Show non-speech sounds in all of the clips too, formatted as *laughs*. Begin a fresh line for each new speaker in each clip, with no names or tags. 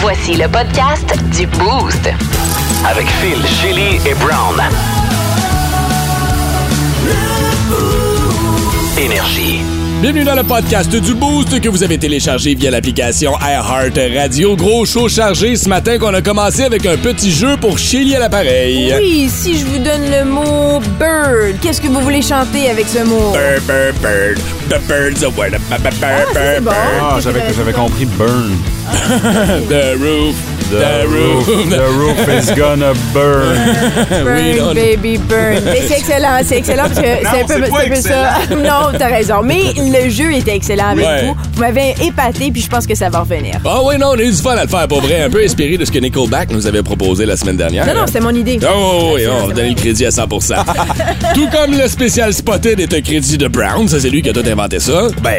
Voici le podcast du Boost.
Avec Phil, Chili et Brown. Énergie.
Bienvenue dans le podcast du Boost que vous avez téléchargé via l'application iHeart Radio. Gros show chargé ce matin qu'on a commencé avec un petit jeu pour chiller à l'appareil.
Oui, si je vous donne le mot bird, qu'est-ce que vous voulez chanter avec ce mot?
Bird, bird, bird, the birds are what a bird, bird,
c'est
bird,
bon.
Ah, j'avais j'avais compris burn.
the roof, the, roof.
*laughs*
*laughs*
the roof is gonna burn.
Oui, non,
Burn, baby, burn. Mais c'est excellent, c'est excellent parce que c'est un peu,
c'est pas
c'est un peu ça. *laughs* non, t'as raison.
*laughs*
Mais le jeu était excellent avec
Ouais.
vous. Vous m'avez épaté, puis je pense que ça va revenir.
Ah oui, non, on a eu du fun à le faire pour vrai, un peu inspiré de ce que Nickelback nous avait proposé la semaine dernière.
Non, non, c'était mon idée.
Ah oui, oui, oui, on va donner le crédit à 100
*laughs*
Tout comme le spécial Spotted est un crédit de Brown, ça c'est lui qui a tout inventé ça.
Ben,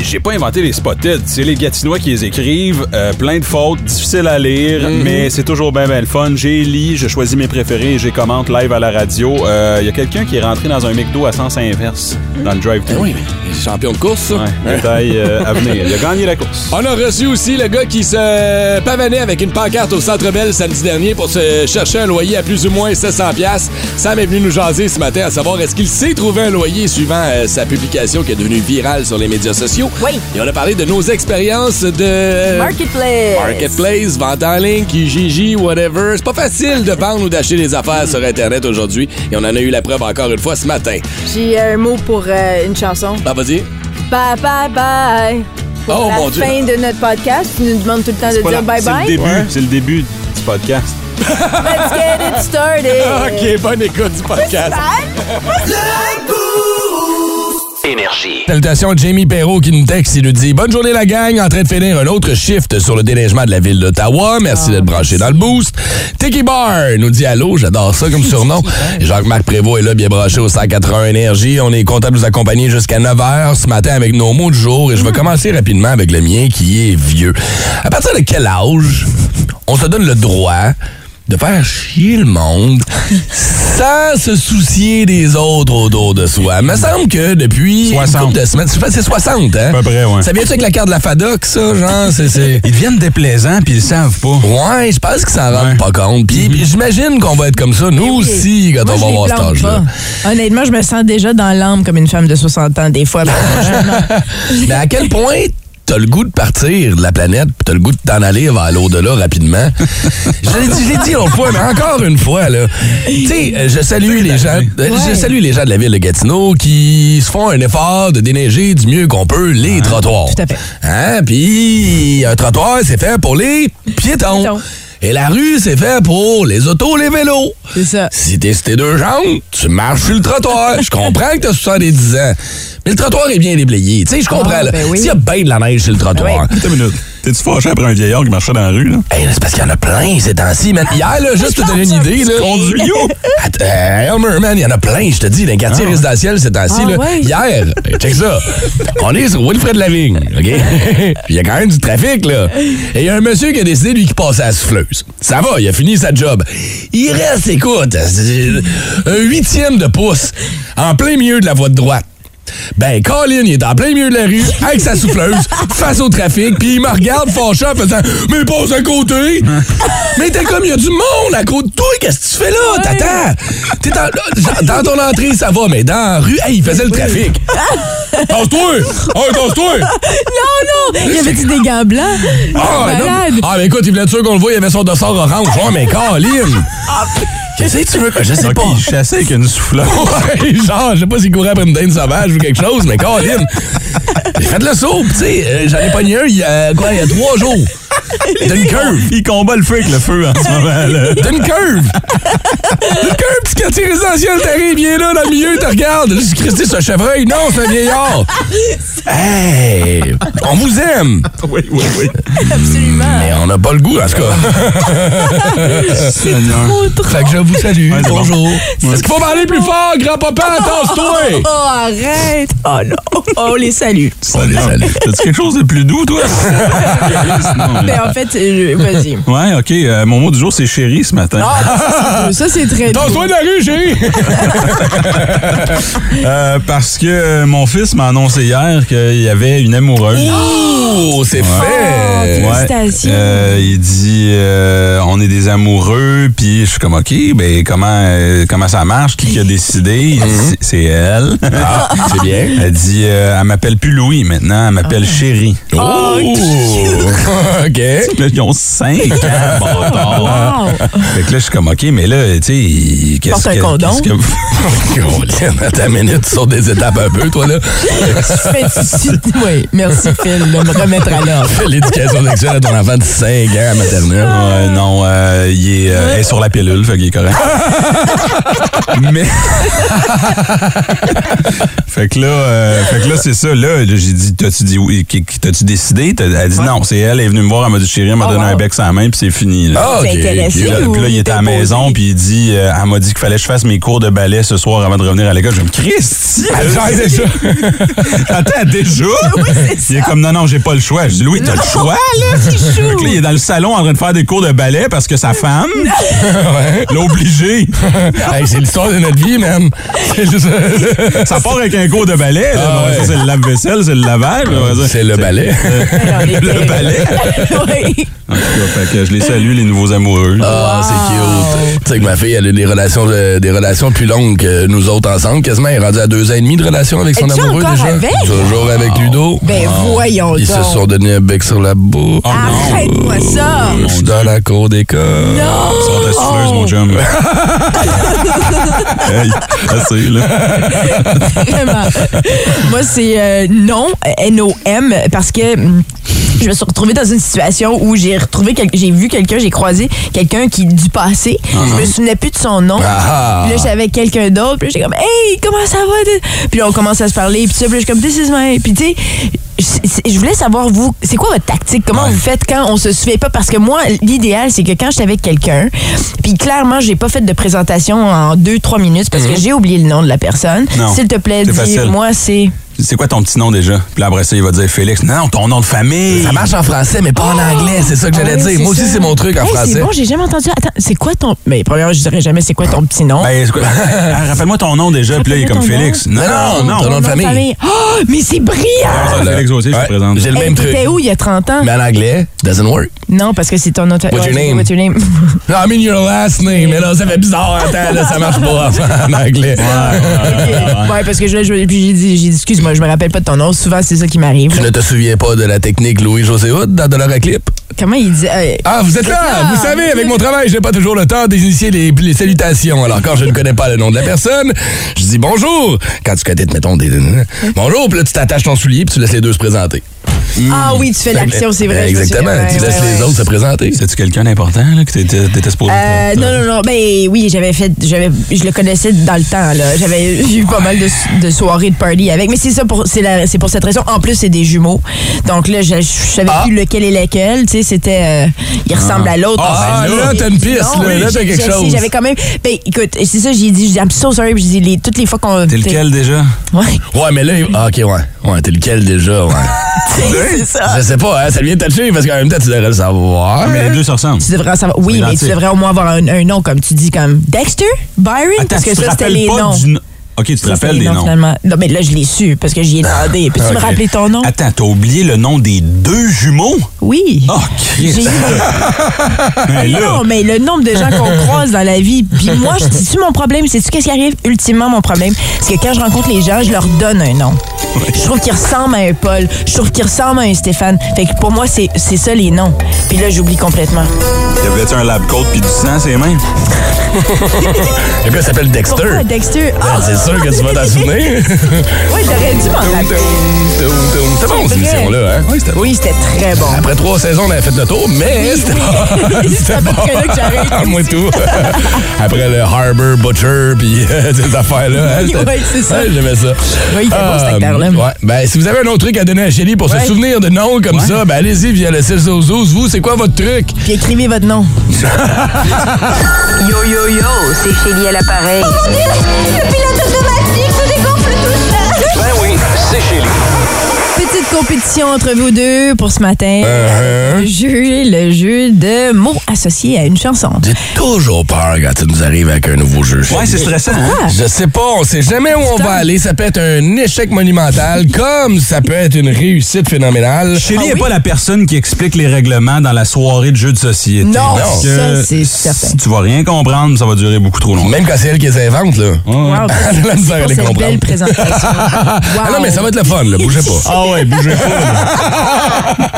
j'ai pas inventé les spotted. C'est les Gatinois qui les écrivent. euh, plein de fautes, difficiles à lire, mais c'est toujours bien, bien le fun. J'ai lu, je choisis mes préférés et j'ai commente live à la radio. Il y a quelqu'un qui est rentré dans un McDo à sens inverse dans le drive-thru.
Ben oui, mais champion de course, ça.
Ouais, détail euh, à venir. Il a gagné la course.
On a reçu aussi le gars qui se pavanait avec une pancarte au Centre Bell samedi dernier pour se chercher un loyer à plus ou moins 700 pièces. Sam est venu nous jaser ce matin à savoir est-ce qu'il s'est trouvé un loyer suivant euh, sa publication qui est devenue virale sur les médias sociaux.
Oui.
Et on a parlé de nos expériences
euh,
de euh,
Marketplace.
Marketplace, vente en ligne, Kijiji, whatever. C'est pas facile de vendre ou d'acheter des affaires sur Internet aujourd'hui et on en a eu la preuve encore une fois ce matin.
J'ai un mot pour euh, une chanson.
Ah, vas-y.
Bye, bye, bye. Pour
Oh,
la
mon Dieu.
fin de notre podcast, tu nous demandes tout le temps de
C'est pas
dire
la-
bye
C'est le
bye.
début.
Ouais.
C'est le début du podcast.
Let's get it started.
*laughs*
*laughs*
Ok, bonne écoute du podcast.
Énergie.
Salutations à Jamie Perrault qui nous texte, il nous dit Bonne journée la gang, en train de finir un autre shift sur le déneigement de la ville d'Ottawa. Merci d'être branché dans le boost. Tiki Bar nous dit allô, j'adore ça comme surnom. Jacques-Marc Prévost est là, bien branché au 180 Énergie. On est content de vous accompagner jusqu'à 9h ce matin avec nos mots du jour et je vais commencer rapidement avec le mien qui est vieux. À partir de quel âge on se donne le droit de faire chier le monde sans se soucier des autres autour de soi. Il me semble que depuis une
60.
couple de semaines, je pense que c'est 60, hein?
À peu près, ouais.
Ça vient-tu avec la carte de la FADOC, ça, genre? C'est, c'est...
*laughs* Ils deviennent déplaisants puis ils savent pas.
Ouais, je pense qu'ils s'en rendent
Ouais. Mhm.
pas compte. Puis, puis j'imagine qu'on va être comme ça, nous aussi, quand
Eh Moi,
on
je les
va avoir cet
blâme
âge-là.
pas. Honnêtement, je me sens déjà dans l'âme comme une femme de 60 ans, des
*laughs*
fois. Ben,
Mais à quel point t'as le goût de partir de la planète, puis t'as le goût de t'en aller vers l'au-delà rapidement. je l'ai dit, je l'ai dit l'autre fois, mais encore une fois, là. Tu sais, euh, je salue les gens, euh, je
Ouais.
salue les gens de la ville de Gatineau qui se font un effort de déneiger du mieux qu'on peut les trottoirs.
tout à fait.
Hein? Puis un trottoir, c'est fait pour les piétons.
Piétons.
Et la rue, c'est fait pour les autos, les vélos.
C'est ça.
Si t'es sur tes deux jambes, tu marches sur le trottoir. Je comprends que t'as 70 ans. Mais le trottoir est bien déblayé. Tu sais, je comprends.
Ah,
là.
ben oui. Ah
S'il y a bien de la neige sur le trottoir.
Attends une minute. T'es-tu fâché après un vieillard qui marchait dans la rue, là?
Hey, là, c'est parce qu'il y en a plein ces temps-ci,
Ah,
man. Hier, là, juste pour te donner une idée, là.
Conduis, yo!
Att- euh, Elmer, man, il y en a plein, je te dis, dans les quartiers résidentiels ces temps-ci,
Ah,
là.
ouais.
Hier, *laughs* hey, Ben, check ça. On est sur Wilfred Lavigne, OK? Puis il y a quand même du trafic, là. Et il y a un monsieur qui a décidé, lui, qui passait à la souffleuse. Ça va, il a fini sa job. Il reste, écoute, un huitième de pouce en plein milieu de la voie de droite. Ben, Colin, il est en plein milieu de la rue, avec sa souffleuse, face au trafic, puis il me regarde fâché en faisant Mais passe à côté! Mais t'es comme, il y a du monde à côté de toi, qu'est-ce que tu fais là? T'attends! T'es dans, dans ton entrée, ça va, mais dans la rue, hey, il faisait le trafic! Tasse-toi! Hey, tasse-toi!
Non, non! Il y avait-tu des gants blancs?
Ah,
T'es
non.
malade.
ah, mais écoute, il voulait être sûr qu'on le voit, il avait son dossard orange. Ouais, mais Colin! Ah, Qu'est-ce que tu veux que je sais
Ok,
pas?
il chassait avec une souffleur.
*laughs* Ouais, genre, je sais pas s'il courait après une dinde sauvage ou quelque chose, mais Colin, j'ai fait le saut, pis tu sais, euh, j'en ai pogné un il y a, quoi, il y a trois jours. D'une curve.
Il combat le feu avec le feu en ce moment. Là.
D'une curve. D'une curve, petit quartier résidentiel, t'arrives, il est là, dans le milieu, te regarde. Jésus Christ, c'est un chevreuil. Non, c'est un
*laughs*
vieillard. Hey, on vous aime.
Oui, oui, oui.
Absolument.
Mais on n'a pas le goût, en tout cas.
Euh,
Trop, trop.
*laughs* Fait que je vous salue.
c'est bon.
Bonjour. Est-ce qu'il faut parler plus fort, grand-papa?
Oh,
Tasse-toi.
arrête! Oh non! On les salue.
*laughs* Salut, salut.
T'as-tu quelque chose de plus doux, toi? Sinon,
Mais Ben, en fait, je- vas-y.
euh, ouais, OK. euh, mon mot du jour, c'est chéri ce matin.
Ah, ça, c'est très doux.
Tasse-toi de la rue, chérie.
Euh, parce que euh, mon fils m'a annoncé hier qu'il y avait une amoureuse.
Oh, c'est fait.
Ouais.
Félicitations.
Euh, il dit euh, on est des amoureux puis je suis comme OK ben comment euh, comment ça marche qui qui a décidé Il dit, C'est- c'est elle c'est bien *laughs* elle dit euh, elle m'appelle plus Louis maintenant elle m'appelle chérie
Oh! OK.
Là, *laughs* ils ont cinq ans, bâtard.
Wow.
Fait que là, je suis comme, OK, mais là, tu sais, il- qu'est-ce
Porte un
que-
condom.
qu'est-ce *laughs* que-
Colin, à ta minute, tu sautes des étapes un peu, toi, là.
Oui, merci Phil de me remettre à l'ordre.
Fais l'éducation sexuelle à ton enfant de 5 ans à maternelle.
Ah.
Ouais, non, euh, il est, euh, elle est sur la pilule, fait qu'il est
*laughs*
correct. Mais. *laughs* fait que là, euh, fait que là, c'est ça. Là, là, j'ai dit, t'as-tu dit oui? Qui- qui- T'as-tu décidé? T'as- Elle dit non, c'est elle. Elle est venue me voir, elle m'a dit chérie, elle m'a
Oh,
donné un
wow.
bec sans main, puis c'est fini. Là.
Ah,
T'es
ok,
intéressé
Puis là,
ou
puis là, il était à la
t'es
maison,
posé?
puis il dit, euh, elle m'a dit qu'il fallait que je fasse mes cours de ballet ce soir avant de revenir à l'école. Je me Christy!
Ah,
Attends, déjà.
*laughs* Attends, déjà? Il est comme, non, non, j'ai pas le choix. Je dis, Louis, t'as le choix, là? Fait que là, il est dans le salon en train de faire des cours de ballet parce que sa
*laughs*
femme l'a obligé.
Hey, c'est l'histoire de notre vie, man. C'est le-
Ça part avec un cours de ballet. là.
Ah ouais.
Ça, c'est le lave-vaisselle, c'est le lavage. là. Ouais, ça.
C'est le ballet.
Le ballet.
*laughs* Oui.
En tout cas, fait que je les salue, les nouveaux amoureux.
Ah, c'est cute. Tu sais que ma fille, elle a eu des relations, euh, des relations plus longues que nous autres ensemble. Quasiment, elle est rendue à deux ans et demi de relation avec son
Es-tu
amoureux
encore
déjà.
avec?
Toujours avec Ludo.
Ben voyons
Ils se
donc. Ah,
sont donné un bec sur la bouche.
Arrête-moi ça.
Je suis dans la cour d'école.
Sors ta souffleuse, mon chum. hey, assez, là.
Vraiment. Moi, c'est euh, non, N-O-M, parce que hum, je me suis retrouvée dans une situation où j'ai retrouvé, quel- j'ai vu quelqu'un, j'ai croisé quelqu'un qui du passé.
Ah
Je me souvenais plus de son nom.
Ah.
Puis là, j'avais quelqu'un d'autre. Puis là, j'étais comme, hey, comment ça va? Puis là, on commence à se parler. Puis ça, puis là, je suis comme, this is my. Puis tu sais, je- c'est- je voulais savoir, vous, c'est quoi votre tactique? Comment vous faites quand on se souvient pas? Parce que moi, l'idéal, c'est que quand j'étais avec quelqu'un, puis clairement, j'ai pas fait de présentation en deux, trois minutes parce que j'ai oublié le nom de la personne.
Mm-hmm. Non.
S'il te plaît,
C'est facile.
dis-moi, c'est.
C'est quoi ton petit nom déjà? Puis là, après ça, il va dire Félix. Non, ton nom de famille.
Ça marche en français, mais pas en anglais, c'est ça que j'allais
Oh. Ah oui,
dire. Moi aussi,
ça.
c'est mon truc en
Hey,
français.
C'est bon, j'ai jamais entendu. Attends, c'est quoi ton. Mais premièrement, je dirais jamais c'est quoi ton petit nom.
Ben, c'est quoi- Ah, Rappelle-moi ton Ah, nom déjà. Puis là, il est comme
Rappelle-moi ton
Félix.
nom.
Non, non, non.
Ben, ton nom de famille.
Oh, mais c'est brillant!
Ah, Félix aussi, je te
Ouais,
présente.
J'ai le
Hey,
même truc.
T'étais où il y a 30 ans?
*laughs* Mais en anglais, doesn't work.
Non, parce que c'est ton autre.
What's your name?
What's your name?
I mean your last name. Mais là, ça fait bizarre. Attends, là, ça marche pas en anglais.
Ah,
*laughs*
Ah,
ouais, parce que je, je- puis j'ai dit, j'ai dit, excuse-moi, je me rappelle pas de ton nom. Souvent, c'est ça qui m'arrive.
Tu ne te souviens pas de la technique Louis-José Hood dans Dollar à Clip?
Comment il dit? euh,
Ah, vous êtes là! Vous savez, avec mon travail, j'ai pas toujours le temps d'initier les, les salutations. Alors, quand je ne connais pas le nom de la personne, je dis bonjour. Quand tu connais, mettons, des... Bonjour, puis là, tu t'attaches ton soulier, puis tu laisses les deux se présenter.
Ah oui, tu fais l'action, c'est vrai. je me
Exactement.
souviens.
tu
Ouais,
laisses
ouais,
les
ouais.
autres se présenter.
C'est-tu quelqu'un d'important là, que t'étais t'étais supposé
Euh, non, non, non. Ben oui, j'avais fait. j'avais Je le connaissais dans le temps, là. J'avais eu pas mal de, de soirées de party avec. Mais c'est ça pour. C'est la- c'est pour cette raison. En plus, c'est des jumeaux. Donc là, je, je savais
Ah.
plus lequel est lequel. Tu sais, c'était. euh, il ressemble à l'autre.
Ah,
ben
là, t'as une piste,
Non,
là.
mais
Là,
j'ai-
t'as quelque
j'ai-
chose.
J'avais quand même. Ben écoute, c'est ça, j'ai dit. J'ai dit, I'm so sorry. Puis j'ai dit, les- toutes les fois qu'on.
T'es lequel déjà?
*laughs* Ouais.
Ouais, mais là, il- ah, ok, ouais. Ouais, t'es lequel déjà, ouais.
c'est ça.
Je sais pas, hein, ça vient de toucher parce qu'en même temps, tu devrais le savoir.
Ah, Mais les deux se ressemblent.
Tu devrais en savoir. Euh, Oui,
Sont
mais tu
identiques.
devrais au moins avoir un, un nom, comme tu dis, comme Dexter, Byron, parce
tu
que
te
ça, c'était
rappelles
les
pas
noms.
du no- OK, tu te
Ça,
rappelles
c'est
des
non,
noms.
finalement. Non, mais là, je l'ai su parce que j'y ai
Ah,
demandé. Peux-tu me
Ok.
rappeler ton nom?
Attends, t'as oublié le nom des deux jumeaux?
Oui.
Oh,
J'ai eu-
Christ!
Ah
*laughs* Mais là,
non, mais le nombre de gens
*laughs*
qu'on croise dans la vie. Puis moi, je dis-tu mon problème? Sais-tu qu'est-ce qui arrive? Ultimement, mon problème, c'est que quand je rencontre les gens, je leur donne un nom. Je trouve qu'ils ressemblent à un Paul. Je trouve qu'ils ressemblent à un Stéphane. Fait que pour moi, c'est c'est ça les noms. Puis là, j'oublie complètement.
y avait-tu un lab coat puis du sang, c'est les mains?
*laughs* Le gars s'appelle Dexter.
Pourquoi Dexter?
Ah,
Ah!
c'est sûr que tu vas
*laughs*
t'en souvenir.
Ouais, j'aurais dû m'en rappeler.
C'était bon,
C'est
cette
vrai.
émission-là, hein? Oui, c'était
Oui, c'était très bon.
Après trois saisons, on avait fait le tour, mais *laughs* c'était bon.
C'est à peu près là que j'arrête
Ah, *laughs* Moi,
aussi.
tout. Après le Harbor Butcher, puis euh, ces affaires-là. hein, c'était-
*laughs* Ouais, c'est ça.
Ouais, J'aimais ça.
Ouais, il était bon,
Ah,
cet acteur-là.
ouais. Ben, si vous avez un autre truc à donner à Shelly pour se
Ouais.
souvenir de noms comme ça, ben, allez-y via le 612. Vous, c'est quoi votre truc?
Puis écrivez votre nom.
Yo yo yo, c'est Chélie à l'appareil.
Le pilote automatique se dégonfle tout seul.
Ben oui, c'est Chélie.
Petite compétition entre vous deux pour ce matin.
Uh-huh.
Le jeu, le jeu de mots associés à une chanson.
J'ai toujours peur quand tu nous arrives avec un nouveau jeu.
Ouais, c'est stressant. hein?
Je sais pas, on sait jamais où on va aller. Ça peut être un échec monumental, *laughs* comme ça peut être une réussite phénoménale.
Ah
Chélie n'est pas la personne qui explique les règlements dans la soirée de jeux de société.
Non,
Parce
ça,
que
c'est
si
certain.
Tu vas rien comprendre, ça va durer beaucoup trop longtemps.
Même quand c'est elle qui les invente, là. *laughs*
Ah.
Wow,
Elle a la misère à les
pour cette
comprendre.
belle présentation.
*laughs* Ah non, mais ça va être le fun, là. Bougez pas.
Ah ouais, bougez pas.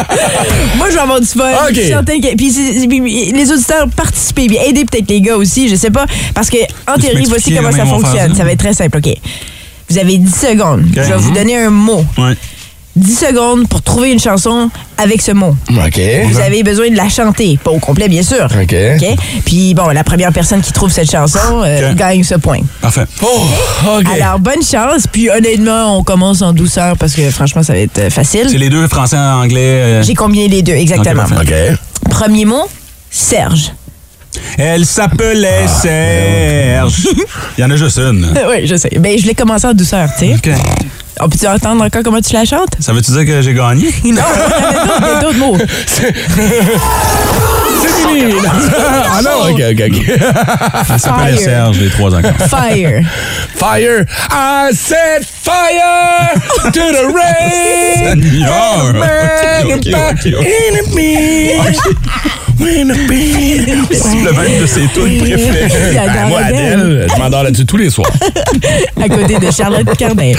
Moi, je vais avoir du fun.
Ah, Ok.
Je suis certaine que- puis c'est- puis les auditeurs, participez. Puis aidez peut-être les gars aussi, je sais pas. Parce que, en
Peux-tu
théorie, voici
m'expliquer
comment ça
comment ils vont faire
fonctionne.
ça?
Ça va être très simple, OK? Vous avez 10 secondes. Je vais vous donner un mot.
Ouais.
10 secondes pour trouver une chanson avec ce mot.
OK.
Vous avez besoin de la chanter. Pas au complet, bien sûr.
OK.
OK? Puis, bon, la première personne qui trouve cette chanson euh,
Ok.
gagne ce point.
Parfait.
Oh, OK.
Alors, bonne chance. Puis, honnêtement, on commence en douceur parce que, franchement, ça va être euh,
C'est
facile.
les deux français en anglais. euh,
J'ai combiné les deux, exactement.
Ok, parfait.
OK.
Premier mot, Serge.
Elle
Ah,
s'appelait Serge. Il y en a juste une.
*laughs* oui, je sais. Ben, je l'ai commencé en douceur, tu sais.
OK.
On peut-tu entendre encore comment tu la chantes?
Ça veut-tu dire que j'ai gagné?
Non, *laughs* il y a d'autres mots.
C'est fini. ah non, OK, OK, OK.
Elle s'appelait
Fire.
Serge, les trois encore.
Fire.
Fire. I set fire to the
*laughs*
rain.
Seigneur.
Man,
Ok, ok, ok.
enemy.
*laughs*
Enemy.
C'est le même de ses tunes préférées.
J'adore
Ben, moi,
Adèle.
Adèle, je m'endors là-dessus tous les soirs.
À côté de Charlotte Cardin.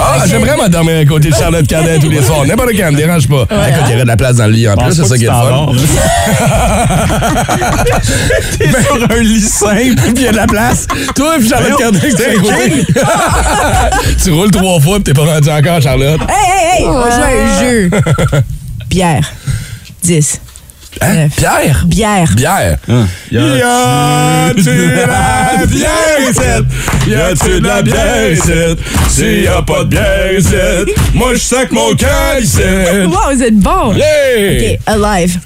Ah, j'aimerais m'endormir à côté de Charlotte Cadet tous les soirs. N'importe quand, me dérange pas. Écoute, il y avait de la place dans le lit en plus, c'est ça qui est le fun.
T'es
*laughs*
sur un lit simple.
Puis il y a de la place. Toi, puis Charlotte Cadet, c'est à côté. *laughs* Tu roules trois fois, puis t'es pas rendu encore, Charlotte.
Hey, hey, hey! On joue à un *laughs* jeu. Pierre. 10.
Hein? Pierre?
Bière.
Bière. Hein? Y a-tu de la bière ici? Y a-tu de la bière ici? S'il y a pas de bière ici, moi je sac mon cœur ici.
Wow, vous êtes bon!
Yeah!
OK, alive.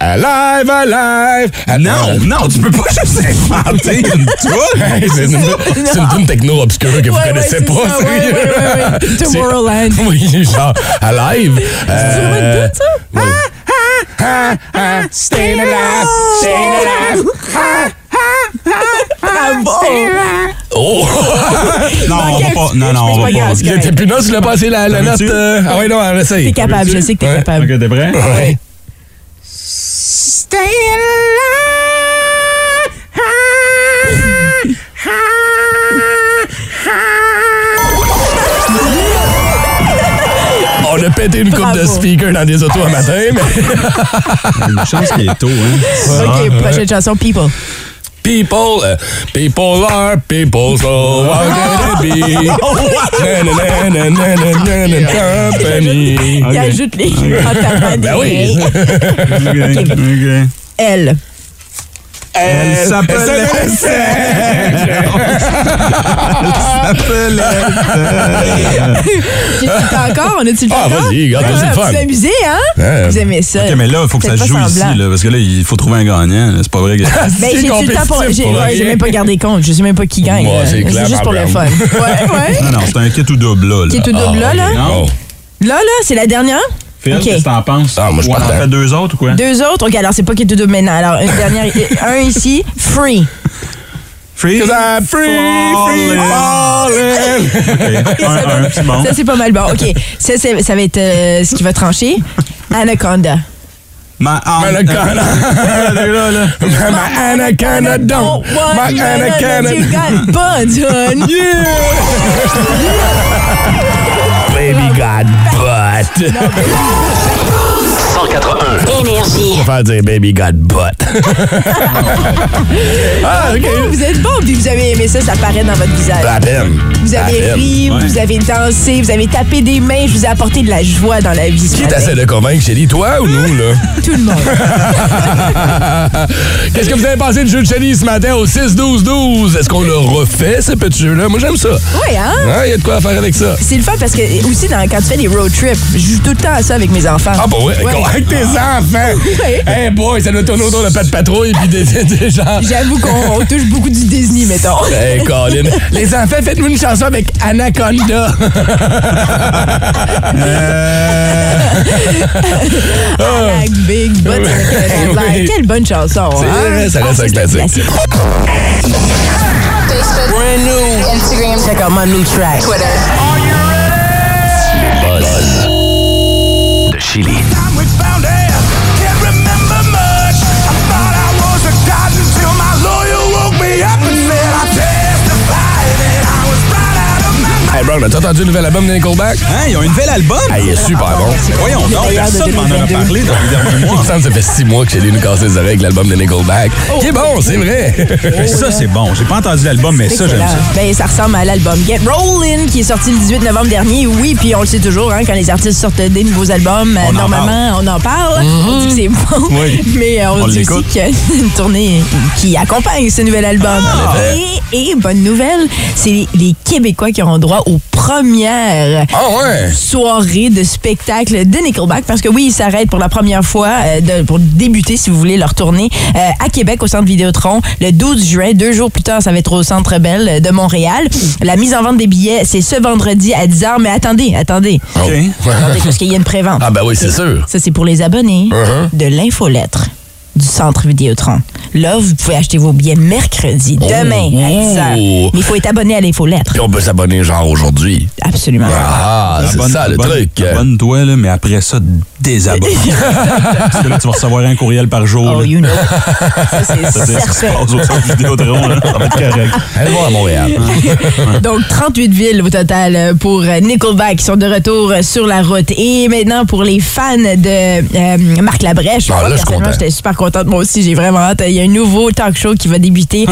Alive, alive! Ah,
Non, non, tu
*laughs*
peux pas juste inventer une toune.
Hey, c'est une, c'est une toune techno obscure que vous
Ouais,
connaissez
ouais, c'est
pas,
ça, ouais,
sérieux.
ouais, ouais, ouais.
*laughs* C'est-
Tomorrowland.
Oui, genre, à live.
C'est vraiment
Euh,
une toute, ça?
ah, ah, Staying alive, staying alive.
Ah bon!
Oh!
Non, on va pas. Non, non, on va
C'est pas
pas.
grave,
Il était plus non, tu l'as passé la, la note.
T'avais-tu?
euh, ah oui, non, on essaye.
T'es capable, je sais que t'es
Ouais.
capable.
Ok, t'es prêt?
Ouais. On a pété une coupe de
Bravo.
speaker dans des autos un matin, mais.
Une chance qu'il est tôt, hein?
Ah,
OK, prochaine chanson, People.
People, euh, people are people, so how can it be? Na, na, na, na, na, na, na, na, company.
Il ajoute les *laughs* Ah, en tapant des-
Ben oui.
Ok, ok.
*laughs*
Elle.
Euh,
Elle s'appelait
J'ai le encore? On a-tu le temps
Ah,
encore?
vas-y, regarde,
Ouais,
c'est le fun.
Vous amusez, hein?
Ouais.
Vous aimez ça.
Ok, mais là, il faut que ça
Faites
se
pas
joue ici,
semblant.
là, parce que là, il faut trouver un gagnant. là. C'est
*laughs*
pas vrai que.
Ben,
C'est
j'ai tout le temps pour. J'ai
compétitif pour
ouais,
rien.
j'ai même pas gardé compte. Je sais même pas qui gagne.
Moi,
là.
c'est clair,
juste
ma
pour le fun.
blonde.
Ouais, ouais.
*laughs*
Non, non, c'est un kit ou double, là. Ah, là.
Qui est tout double là, là? Là,
Oh.
là, c'est la dernière?
Phil,
Ok.
qu'est-ce que t'en penses?
Ah, moi, je
Ou on en
partais.
fait deux autres ou quoi?
Deux autres? OK, alors c'est pas qui est tout double maintenant. Alors, une
*laughs*
dernière. un ici, free.
Free?
Cause I'm free, free falling.
Ok, Un, un, c'est bon.
Ça, c'est pas mal bon. OK, ça, c'est- ça va être euh, ce qui va trancher. Anaconda.
Ma ah,
*laughs* Anaconda,
euh, là, là.
my anaconda don't, my
one
anaconda.
you got buds on
*laughs*
you.
Baby got butt.
106 181.
On va faire dire Baby got butt. ah, OK.
Vous êtes bon, puis vous avez aimé ça, ça paraît dans votre visage.
À peine.
Vous
À
avez
peine.
ri,
ouais.
vous avez dansé, vous avez tapé des mains, je vous ai apporté de la joie dans la vie. ce
Qui
matin.
t'essaie de convaincre, Shelly? Toi ou nous, là?
Tout le monde.
*laughs* Qu'est-ce que vous avez pensé du jeu de Shelly ce matin au 6-12-12? Est-ce qu'on le refait, ce petit jeu-là? Moi, j'aime ça.
Oui, hein?
Il y a de quoi à faire avec ça.
C'est le fun parce que, aussi, dans- quand tu fais des road trips, je joue tout le temps à ça avec mes enfants.
Ah, bah ouais, Ah. avec tes *laughs* enfants!
Ouais.
Hey boy, ça doit tourner autour de Pat Patrouille puis des, *laughs* des, des gens.
J'avoue qu'on on touche beaucoup du Disney, mettons.
Hey Colin, les enfants, faites-nous une chanson avec Anaconda. Euh,
Like Big Butt
Oui.
avec le headline.
Oui.
Quelle bonne chanson.
C'est
hein?
vrai, ça
Ah,
reste un
c'est
classique.
Instagram. Check out my new track.
De Chili.
Hey Brown, as-tu entendu le nouvel album de Nickelback?
Hein, ils ont un nouvel album?
Ah, il est super bon.
Voyons donc,
D'ailleurs, de
personne m'en a
2022.
parlé dans les derniers
Il me
mois.
semble que ça fait six mois que j'ai lu nous casser les oreilles avec l'album de Nickelback. Qui est bon, c'est vrai.
Oh. *laughs* Mais ça, c'est bon. J'ai pas entendu l'album, mais ça, j'aime
Excellent.
ça.
Ben, ça ressemble à l'album Get Rollin' qui est sorti le 18 novembre dernier. Oui, puis on le sait toujours, hein, quand les artistes sortent des nouveaux albums, euh,
On en
normalement, on en parle. On dit que c'est bon.
Oui.
Mais euh, on,
On
dit aussi
l'écoute.
qu'il y a une tournée qui accompagne ce nouvel album. et, et bonne nouvelle, c'est les, les Québécois qui auront droit aux premières
Ah ouais.
soirée de spectacle de Nickelback parce que oui, ils s'arrêtent pour la première fois euh, de- pour débuter, si vous voulez, leur tournée euh, à Québec au Centre Vidéotron le 12 juin. Deux jours plus tard, ça va être au Centre Bell euh, de Montréal. La mise en vente des billets, c'est ce vendredi à 10h. Mais attendez, attendez,
Oh.
attendez parce qu'il y a une prévente.
Ah ben oui, c'est sûr.
Ça, c'est pour les abonnés
Uh-huh.
de l'infolettre du Centre Vidéotron. Là, vous pouvez acheter vos billets mercredi, demain, à 10h.
Oh.
Mais il faut être abonné à l'infolettre.
Puis on peut s'abonner genre aujourd'hui.
Absolument.
Ah, c'est
Abonne-
ça le
abonne-
truc.
Abonne-toi, là, mais après ça,
*laughs*
désabonne. Parce que là, tu vas recevoir un courriel par jour.
Oh,
là.
you know. Ça, c'est
Ça, c'est ce qui se
certain.
passe au centre Vidéotron, là. Ça va être correct.
Allez voir à Montréal.
Donc, 38 villes au total euh, pour euh, Nickelback qui sont de retour euh, sur la route. Et maintenant, pour les fans de euh, Marc Labrèche,
Ah,
moi,
là, je suis
personnellement,
content.
j'étais super contente. Moi aussi, j'ai vraiment hâte. Il y a un nouveau talk show qui va débuter. Euh,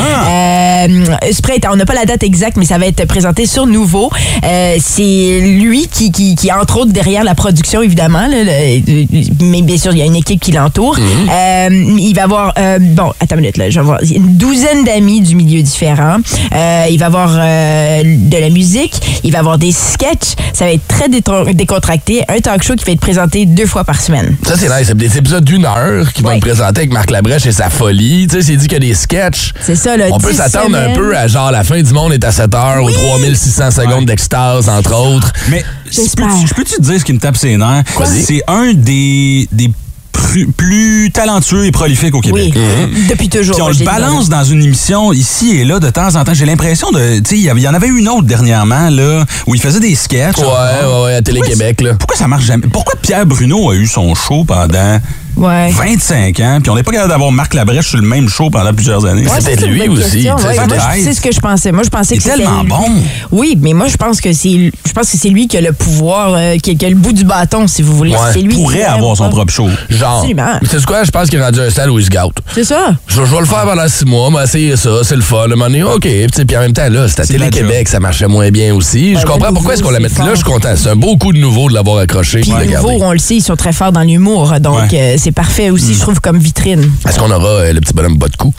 ce printemps. on n'a pas la date exacte, mais ça va être présenté sur Nouveau. Euh, C'est lui qui, qui, qui, entre autres, derrière la production, évidemment. là, le- euh, mais bien sûr, il y a une équipe qui l'entoure. Euh, il va avoir, euh, bon, attends une minute, là, je vais voir, une douzaine d'amis du milieu différent. Euh, il va avoir euh, de la musique, il va avoir des sketchs. Ça va être très détro- décontracté. Un talk show qui va être présenté deux fois par semaine.
Ça, c'est nice. C'est des épisodes d'une heure qui vont
Ouais.
me présenter avec Marc Labrèche et sa folie. Tu sais, c'est dit qu'il y a des sketchs.
C'est ça, là,
On peut
10
s'attendre un
semaines.
peu à genre la fin du monde est à 7 heures ou 3600 secondes d'extase, entre autres.
*laughs*
Mais je
J'espère.
peux-tu je peux-tu te dire ce qui me tape ses nerfs?
Vas-y.
C'est un des, des pru- plus talentueux et prolifiques au Québec.
Oui,
Mmh. Mm-hmm.
depuis toujours.
Puis on
moi,
le
j'ai dit non, non.
balance dans une émission ici et là de temps en temps. J'ai l'impression de. Tu sais, il y avait- il y en avait une autre dernièrement, là, où il faisait des sketchs.
Ouais, ouais, ouais, à Télé-Québec, là.
Pourquoi ça marche jamais? Pourquoi Pierre Bruno a eu son show pendant
Ouais.
25 ans, puis on n'est pas capable d'avoir Marc Labrèche sur le même show pendant plusieurs années?
Ouais,
Ouais,
Peut-être
ça,
lui
c'est une bonne
aussi,
question,
tu sais,
ouais. Moi,
peut-être.
je- c'est ce que je pensais. Moi, je pensais
Il
que
est
c'était
tellement
lui.
bon.
Oui, mais moi, je pense que c'est, je pense que c'est lui qui a le pouvoir, euh, qui, a, qui a le bout du bâton, si vous voulez.
Ouais.
c'est lui qui
pourrait
a-
avoir son propre show.
Genre.
Absolument.
Tu sais quoi? Je pense qu'il est rendu un stade où il se gâte.
C'est ça.
Je, je vais le faire pendant six mois, mais essayer ça, c'est le fun. Le moment donné, OK. Puis, tu sais, puis en même temps, là, c'était à
C'est la
Télé-Québec, ça marchait moins bien aussi.
le
je comprends
nouveau,
pourquoi est-ce qu'on la
Ben c'est
met là.
fort.
Je suis content. C'est un beau coup de nouveau de l'avoir accroché.
Puis
puis de le
nouveau,
garder.
on le sait, ils sont très forts dans l'humour, donc
Ouais.
euh, c'est parfait aussi,
Mmh.
je trouve, comme vitrine.
Est-ce qu'on aura euh, le petit bonhomme bas de cou?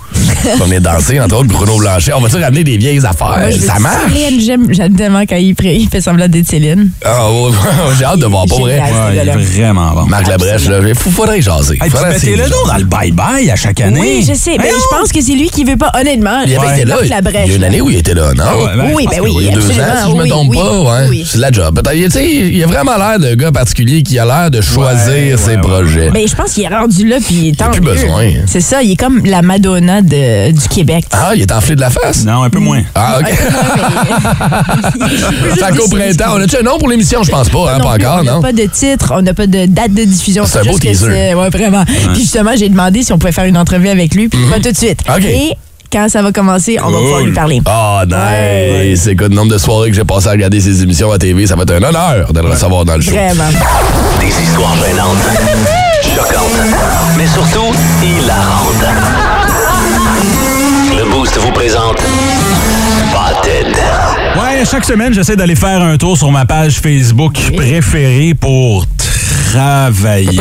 on est dansé, entre autres, Bruno Blanchet. On va-tu ramener des vieilles affaires?
Moi, je veux
ça marche?
Céline, j'aime, j'aime tellement quand il, prie, il fait semblant d'être Céline.
Ah, ouais, *laughs* ouais, J'ai hâte de voir, pas vrai?
Génial.
Ouais, il est
gars-là.
vraiment bon.
Marc Labrèche, là, il faut- faudrait jaser.
Hey, puis
Faudrait
mettez le
essayer.
nom dans le bye-bye à chaque
Ben
année.
Oui, je sais, mais
Voyons.
je pense que c'est lui qui veut pas, honnêtement.
Il avait
Marc
été ben, là. Il
Labrèche,
il y a une
là.
année où il était là, non?
Ouais, ben,
Oui,
je
ben
pense que
oui,
il y a deux
absolument.
ans, si je me
oui,
trompe
oui,
pas, ouais.
oui.
C'est de la job. Peut-être, tu sais, il a vraiment l'air de gars particulier qui a l'air de choisir
Ouais,
ses
ouais, ouais.
projets.
Ben, je pense qu'il est rendu là, puis tant
plus
mieux.
besoin.
C'est ça, il est comme la Madonna de- du Québec.
Ah, il est enflé de la face?
Non, un
Mm.
peu moins.
Ah,
Un peu
OK.
moins,
*laughs*
mais-
Ça qu'au printemps. On a-tu un nom pour l'émission? Je pense pas, hein? Pas
plus,
encore,
on n'a
non?
pas de titre, on n'a pas de date de diffusion.
C'est un beau
juste que
teaser.
c'est- Ouais, vraiment. Puis justement, j'ai demandé si on pouvait faire une entrevue avec lui, puis pas tout de suite.
Mm-hmm. OK.
Et quand ça va commencer, on va pouvoir
Cool.
lui parler.
Ah, nice! Écoute, le nombre de soirées que j'ai passé à regarder ces émissions à TV, ça va être un honneur de le recevoir dans le show.
Vraiment.
Des histoires gênantes. choquante, mais surtout hilarante. Le Boost vous présente Spotted.
Ouais, chaque semaine, j'essaie d'aller faire un tour sur ma page Facebook préférée pour travailler.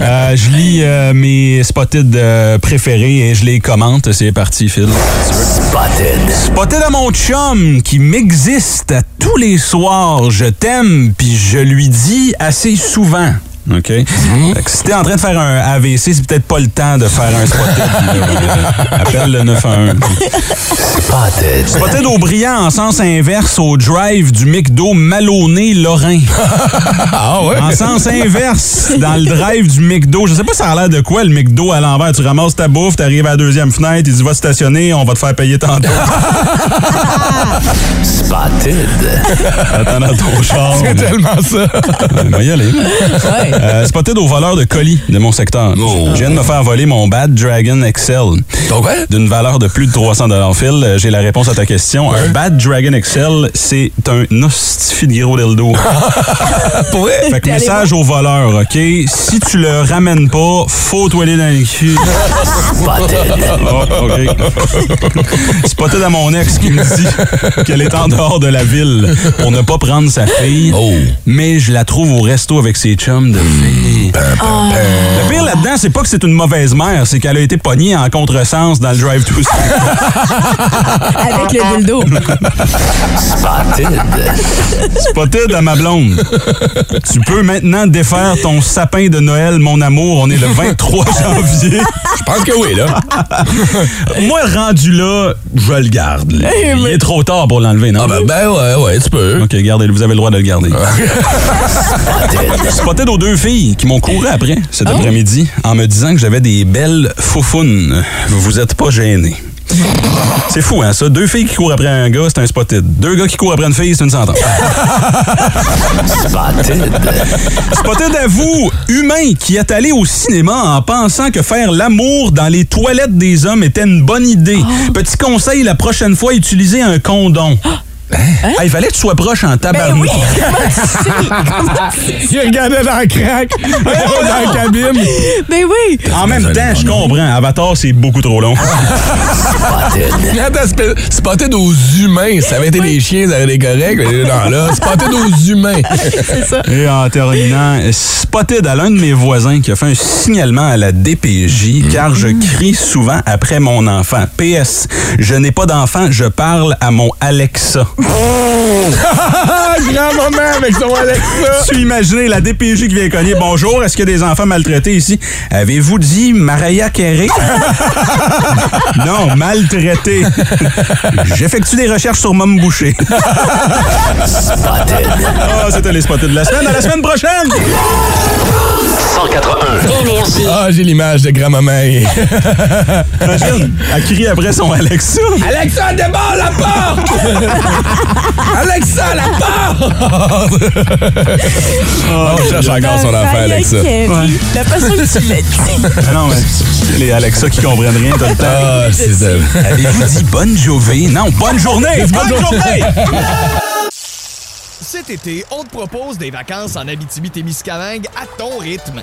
Euh, je lis euh, mes spotted euh, préférés et je les commente. C'est parti, Phil. Si tu veux.
Spotted.
Spotted à mon chum qui m'existe à tous les soirs. Je t'aime, puis je lui dis assez souvent. OK? Fait que si t'es en train de faire un AVC, c'est peut-être pas le temps de faire un spotted. là. Appelle le 911.
Spotted.
Spotted au brillant en sens inverse au drive du McDo Maloney-Lorrain.
*laughs* Ah ouais?
En sens inverse, dans le drive du McDo. Je sais pas ça a l'air de quoi, le McDo à l'envers. Tu ramasses ta bouffe, t'arrives à la deuxième fenêtre, il dit va te stationner, on va te faire payer tantôt.
Spotted.
Attends dans ton char.
C'est tellement ça.
On va y aller. Euh, spotted au voleur de colis de mon secteur.
Oh.
Je viens de me faire voler mon Bad Dragon Excel.
Donc ouais?
d'une valeur de plus de 300 Phil, euh, j'ai la réponse à ta question. Un Bad Dragon Excel, c'est un ostifi de gros dildo.
Pour vrai?
Fait que
allé
message au voleur, OK? Si tu le ramènes pas, faut toiler dans le cul. *laughs*
Spotted.
Oh, OK. Spotted à mon ex qui me dit qu'elle est en dehors de la ville pour ne pas prendre sa fille.
Oh.
Mais je la trouve au resto avec ses chums de
Hmm.
filles. Le pire là-dedans, c'est pas que c'est une mauvaise mère, c'est qu'elle a été pognée en contresens dans le drive-thru. *laughs*
Avec le
*laughs*
dildo.
Spotted.
Spotted à ma blonde. Tu peux maintenant défaire ton sapin de Noël, mon amour. On est le
*laughs*
23 janvier.
Je pense que oui,
*laughs*
là.
Moi, rendu là, je le garde. là. Il est trop tard pour l'enlever, non?
Eh, Ah ben, ben ouais, ouais, tu peux.
OK, gardez-le. Vous avez le droit de le garder. Ah. *laughs* Spotted aux deux filles qui m'ont couru après cet après-midi en me disant que j'avais des belles foufounes. Vous êtes pas gênés. C'est fou, hein, ça? Deux filles qui courent après un gars, c'est un spotted. Deux gars qui courent après une fille, c'est une *laughs* sentence.
Spotted.
Spotted à vous, humain, qui est allé au cinéma en pensant que faire l'amour dans les toilettes des hommes était une bonne idée. Petit conseil, la prochaine fois, utilisez un condom. Hein? Ah. Ah, il fallait que tu sois proche en
Ben
tabarnak.
Il regardait dans le
*laughs*
crack, dans la cabine.
Ben oui.
En même temps, je comprends. Avatar, c'est beaucoup trop long.
*laughs* Attends, c'est- c'est pas aux humains. Ça avait été des chiens, ça avait été correct. mais Non, là, c'est pas aux humains. *laughs*
Et en terminant, spotted à l'un de mes voisins qui a fait un signalement à la DPJ
Mm-hmm.
car je crie souvent après mon enfant. PS, je n'ai pas d'enfant, je parle à mon Alexa.
*laughs* Grand moment avec son Alexa.
*laughs* Tu imagines la DPJ qui vient cogner. Bonjour, est-ce qu'il y a des enfants maltraités ici? Avez-vous dit Mariah Carey? *laughs* non,
*laughs*
maltraité. J'effectue des recherches sur Mom Boucher.
Spotted.
Ah, c'était les spotés de la semaine. À la semaine prochaine!
181.
Énergie.
Ah, j'ai l'image de grand-maman.
Imagine, elle crie après son Alexa.
Alexa, débarre la
*laughs*
porte! Alexa, la porte!
Ah,
Ah, on cherche encore son enfant, Alexa.
Ouais.
Ben, La façon que tu l'as
*laughs*
dit.
Ah, Non, mais les Alexa qui comprennent rien tout le temps.
Ah, c'est ça.
Avez-vous dit bonne journée? Non, bonne journée! Bonne journée!
Cet été, on te propose des vacances en Abitibi-Témiscamingue à ton rythme.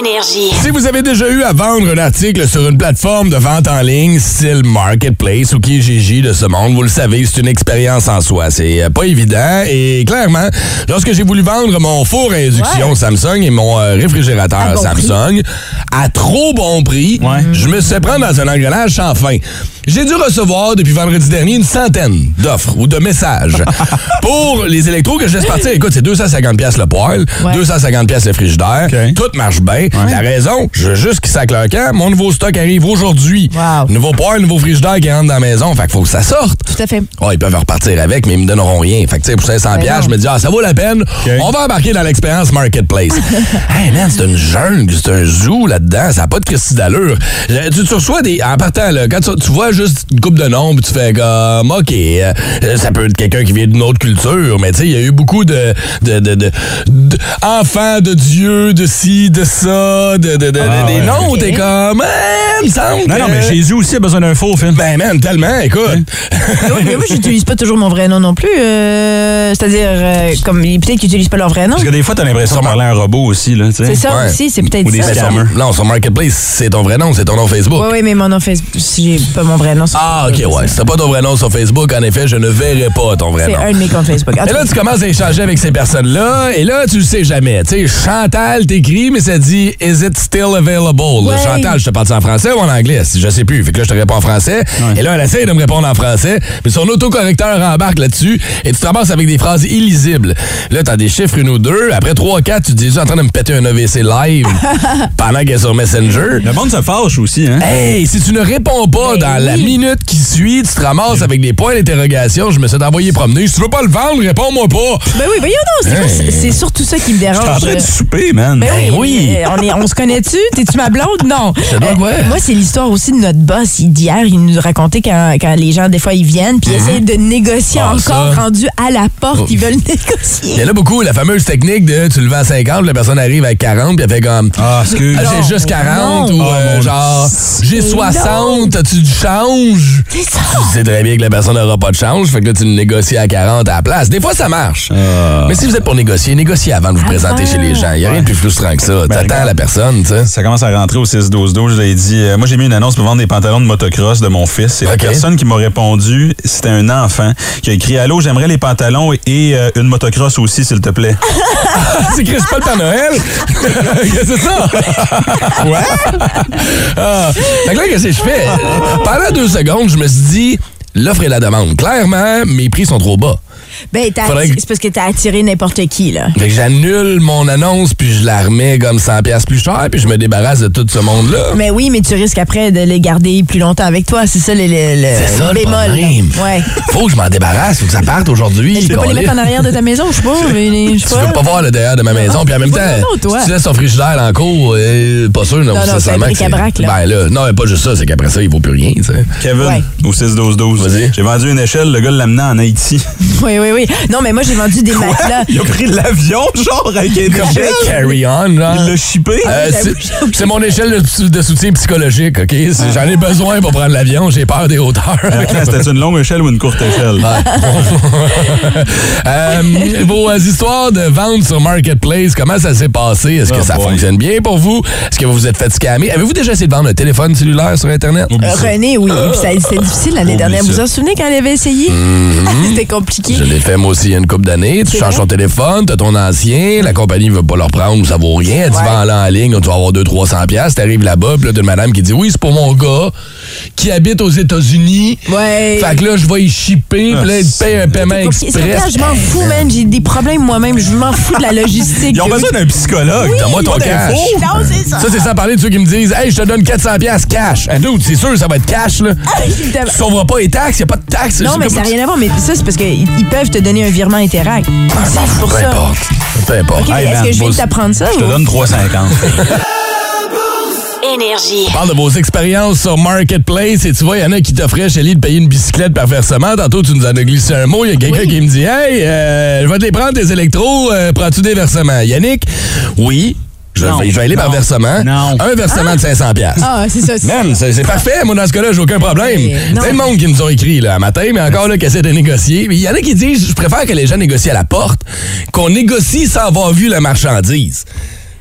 Énergie.
Si vous avez déjà eu à vendre un article sur une plateforme de vente en ligne, style Marketplace ou Kijiji de ce monde, vous le savez, c'est une expérience en soi. C'est euh, pas évident et clairement, lorsque j'ai voulu vendre mon four à induction Samsung et mon euh, réfrigérateur
bon
Samsung à trop bon prix, je me suis fait prendre dans un engrenage sans fin. J'ai dû recevoir depuis vendredi dernier une centaine d'offres ou de messages
*laughs*
pour les électros que je laisse partir. Écoute, c'est 250 pièces le poêle,
Ouais.
250 pièces le frigidaire.
OK.
Hein? Tout marche bien. La raison, je veux juste qu'ils sacent leur camp. Mon nouveau stock arrive aujourd'hui.
Wow.
Nouveau poêle, nouveau frigidaire qui rentre dans la maison. Fait qu'il faut que ça sorte.
Tout à fait.
Ah, ils peuvent repartir avec, mais ils me donneront rien. Fait que, tu sais, pour 500
Ben
piastres,
non.
je me dis, ah, ça vaut la peine. On va embarquer dans
*laughs*
l'expérience Marketplace. hey, man, c'est une jungle, c'est un zoo là-dedans. Ça n'a pas de Christie d'allure. Euh, Tu, tu reçois des. En partant, là, quand tu, tu vois juste une coupe de noms, puis tu fais comme, OK, euh, ça peut être quelqu'un qui vient d'une autre culture, mais tu sais, il y a eu beaucoup de. de, de, de- de- enfants de Dieu, de ci, de ça, de, de, de- de-
Ah,
des
ouais.
noms,
Ok.
t'es comme, eh, il me semble.
Non, non,
que-
mais Jésus aussi a besoin d'un faux, Phil.
Ben, man, tellement, écoute. *laughs*
Mais oui, mais moi, j'utilise pas toujours mon vrai nom non plus. euh, C'est-à-dire, euh, comme peut-être qu'ils utilisent pas leur vrai nom.
Parce que des fois, t'as l'impression de parler à un robot aussi, là, tu sais.
C'est ça
Mm. Ouais.
aussi, c'est
Ou
peut-être
des
ça.
Mais sur-
Scammer.
non, sur Marketplace, c'est ton vrai nom, c'est ton nom Facebook.
Oui, oui, mais mon nom Facebook, j'ai pas mon vrai nom.
Ah, ok, ouais. Si t'as pas ton vrai nom sur Facebook, en effet, je ne verrai pas ton vrai
C'est
nom.
un de mes comptes Facebook.
*laughs*
En
Et
tout
là,
cas,
tu commences à échanger avec ces personnes-là, et là, tu le sais jamais. Tu sais, Chantal t'écrit, mais ça dit Is it still available?
Ouais.
Chantal, je te parle en français ou en anglais? Si Je sais plus. Fait que là, je te réponds en français. Et là, elle essaie de me répondre en français, mais son autocorrecteur embarque là-dessus, et tu te ramasses avec des phrases illisibles. Là, t'as des chiffres, une ou deux. Après trois, quatre, tu te dis, je suis en train de me péter un AVC
*laughs*
live pendant qu'elle est sur Messenger.
Le monde se fâche aussi, hein?
Hey, si tu ne réponds pas dans la minute qui suit, tu te ramasses avec des points d'interrogation. Je me suis envoyé promener. Si tu veux pas le vendre, réponds-moi pas.
ben oui, voyons donc, c'est-
Hey.
c'est surtout ça qui me
Je suis en
dérange.
train de souper, man.
Ben
Ben oui.
euh, On, est- on se connaît-tu? T'es-tu ma blonde? Non.
dois,
Euh,
ouais.
Moi, c'est l'histoire aussi de notre boss. Il- D'hier, il nous racontait quand, quand les gens, des fois, ils viennent puis ils essayent de négocier
Mm-hmm. Ah,
encore
ça. Oh.
rendus à la porte. Ils veulent
*laughs* Il y
négocier.
en a beaucoup, la fameuse technique de tu le vends à 50, puis la personne arrive à 40, puis elle fait comme
Ah, excuse.
Ah, j'ai juste 40 ou
Oh,
euh,
mon
genre j'ai
C'est
60, as-tu du change?
C'est ça.
Tu sais très bien que la personne n'aura pas de change, fait que là, tu le négocies à 40 à la place. Des fois, ça marche.
Ah.
Mais si vous êtes pour négocier, négociez avant de vous présenter chez les gens. Il n'y a rien de plus frustrant que ça. T'attends
Ben, regarde.
la personne, tu sais.
Ça commence à rentrer au 6-12-12. J'ai dit, euh, moi, j'ai mis une annonce pour vendre des pantalons de motocross de mon fils. Et la
Ok.
personne qui m'a répondu, c'était un enfant qui a écrit Allô, j'aimerais les pantalons et euh, une motocross aussi, s'il te plaît.
C'est Chris pas le Père Noël? *laughs* Qu'est-ce que c'est ça? ouais? Ah, fait que là, qu'est-ce que je fais? Pendant deux secondes, je me suis dit, l'offre et la demande. Clairement, mes prix sont trop bas.
Ben, t'as
Faudrait
atti-
que-
c'est parce que t'as attiré n'importe qui, là.
Fait que j'annule mon annonce, puis je la remets comme 100 pièces plus cher, puis je me débarrasse de tout ce monde-là.
Mais oui, mais tu risques après de les garder plus longtemps avec toi. C'est ça le, le, le-
C'est ça, le
bémol. là.
problème.
Ouais.
Faut que je m'en débarrasse, faut que ça parte aujourd'hui.
Mais tu peux pas les
câlisse.
mettre en arrière de ta maison, je sais pas. mais les- je sais
Tu peux pas voir le derrière de ma maison, puis en même
Non,
temps,
non, toi.
si tu laisses ton frigidaire en cours, euh, pas sûr, non,
non,
nécessairement
c'est un
que c'est-
bric-à-brac, là.
Ben là, non, mais pas juste ça, c'est qu'après ça, il vaut plus rien, tu sais.
Kevin,
Ouais.
au 6-12-12.
Vas-y.
J'ai vendu une échelle, le gars l'amenant en Haïti.
Oui, oui, oui. Non, mais moi, j'ai vendu des matelas.
Il a pris l'avion, genre, avec une échelle.
Carry on, genre.
Il l'a chippé.
Euh, c'est- c'est mon échelle de, de soutien psychologique, OK?
Ah.
C'est- J'en ai besoin pour prendre l'avion, j'ai peur des hauteurs.
C'était une longue échelle ou une courte échelle?
*laughs* Euh, vos euh, histoires de vente sur Marketplace, comment ça s'est passé? Est-ce que
Oh
ça
boy.
fonctionne bien pour vous? Est-ce que vous vous êtes fait scammer? Avez-vous déjà essayé de vendre un téléphone cellulaire sur Internet?
Oublie ça.
René, oui.
Ah.
Et puis ça- C'était difficile
Oh,
l'année
Oublie
dernière.
ça.
Vous vous en souvenez quand elle avait essayé? *laughs* C'était compliqué.
Mm-hmm. Je l'ai fait moi aussi il y a une couple d'années. Tu
C'est
changes
vrai?
ton téléphone, t'as ton ancien, la compagnie veut pas le reprendre, ça vaut rien. Elle dit vends-le en ligne, tu vas avoir 200-300$. piastres. T'arrives là-bas, puis là, t'as une madame qui dit oui, c'est pour mon gars qui habite aux États-Unis.
Ouais.
Fait que là, je vais y shipper, puis là, il te paye un paiement
C'est compliqué. C'est pour ça
express.
que je m'en fous, man. J'ai des problèmes moi-même. Je m'en fous de la logistique.
Ils ont besoin d'un psychologue.
T'as moi ton
Pas
cash.
d'info.
Non, c'est ça.
Ça, c'est sans parler de ceux qui me disent Hey, je te donne 400$ piastres cash. Hey, dude, c'est sûr, ça va être cash, là.
évidemment.
tu sauveras pas les taxes, y a pas de taxes.
Ah, Non,
Je
mais
sais
ça
pas-
n'a rien à voir. Mais ça, c'est parce qu'ils ils peuvent te donner un virement Interact. C'est pour
Ah, Peu
ça.
importe. Peu importe.
OK, mais
Hey,
est-ce
man,
que je viens de
boss,
t'apprendre ça?
Je te
ou-
donne 3,50.
Énergie.
parle de vos expériences sur Marketplace et tu vois, il y en a qui t'offraient, Chélie, de payer une bicyclette par versement. Tantôt, tu nous en as glissé un mot. Il y a quelqu'un qui me dit Hey, euh, je vais te les prendre, tes électros, euh, prends-tu des versements Yannick, oui. Je,
Non.
vais, je vais aller par
Non.
versement.
Non.
Un versement de 500$. piastres.
Ah, c'est ça. c'est-
Man, c'est c'est parfait. Moi, dans ce cas-là, j'ai aucun problème.
Mais non.
C'est le monde qui nous ont écrit là, à matin, mais encore là, qui essaie de négocier. Mais Il y en a qui disent, je préfère que les gens négocient à la porte, qu'on négocie sans avoir vu la marchandise.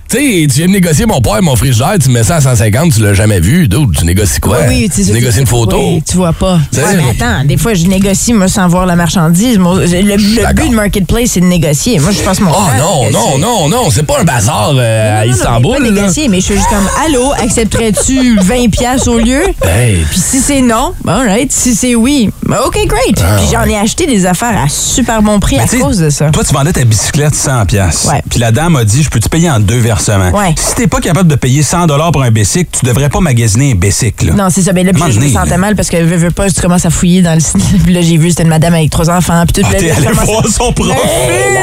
Tu Tu sais, tu viens de négocier mon père, mon frigidaire, tu me mets ça à 150, tu l'as jamais vu. Dude, tu négocies quoi?
Oui,
tu
c'est ça,
négocies
c'est-
une photo.
oui, tu vois pas.
C'est-
Ouais, mais attends, des fois, je négocie, moi, sans voir la marchandise. Mon- Le, le
d'accord.
but de Marketplace, c'est de négocier. Moi, je passe mon
Oh
temps à
non,
négocier.
non, non, non, c'est pas un bazar euh, à
Non, non,
Istanbul.
mais pas
là.
négocier, mais je suis juste comme Allô,
*laughs*
accepterais-tu 20$ piastres au lieu?
Hey,
Puis si c'est non, ben, all right. Si c'est oui, ben, OK, great.
Ah,
Puis j'en ai acheté des affaires à super bon prix à
tu sais,
cause de ça.
Toi, tu vendais ta bicyclette 100 pièces.
Ouais.
Puis la dame a dit, je peux te payer en deux versements.
Ouais.
Si t'es pas capable de payer 100 dollars pour un bicycle, tu devrais pas magasiner un bicycle. là.
Non, c'est ça. Mais là, puis
Un
je me
moment donné,
sentais
là.
mal parce que veux, veux pas, tu commences à fouiller dans le. Puis là, j'ai vu, c'était une madame avec trois enfants. Puis tout.
Ah,
là,
t'es
là, je
allé
commence-
voir son
Ben,
Oh,
profil.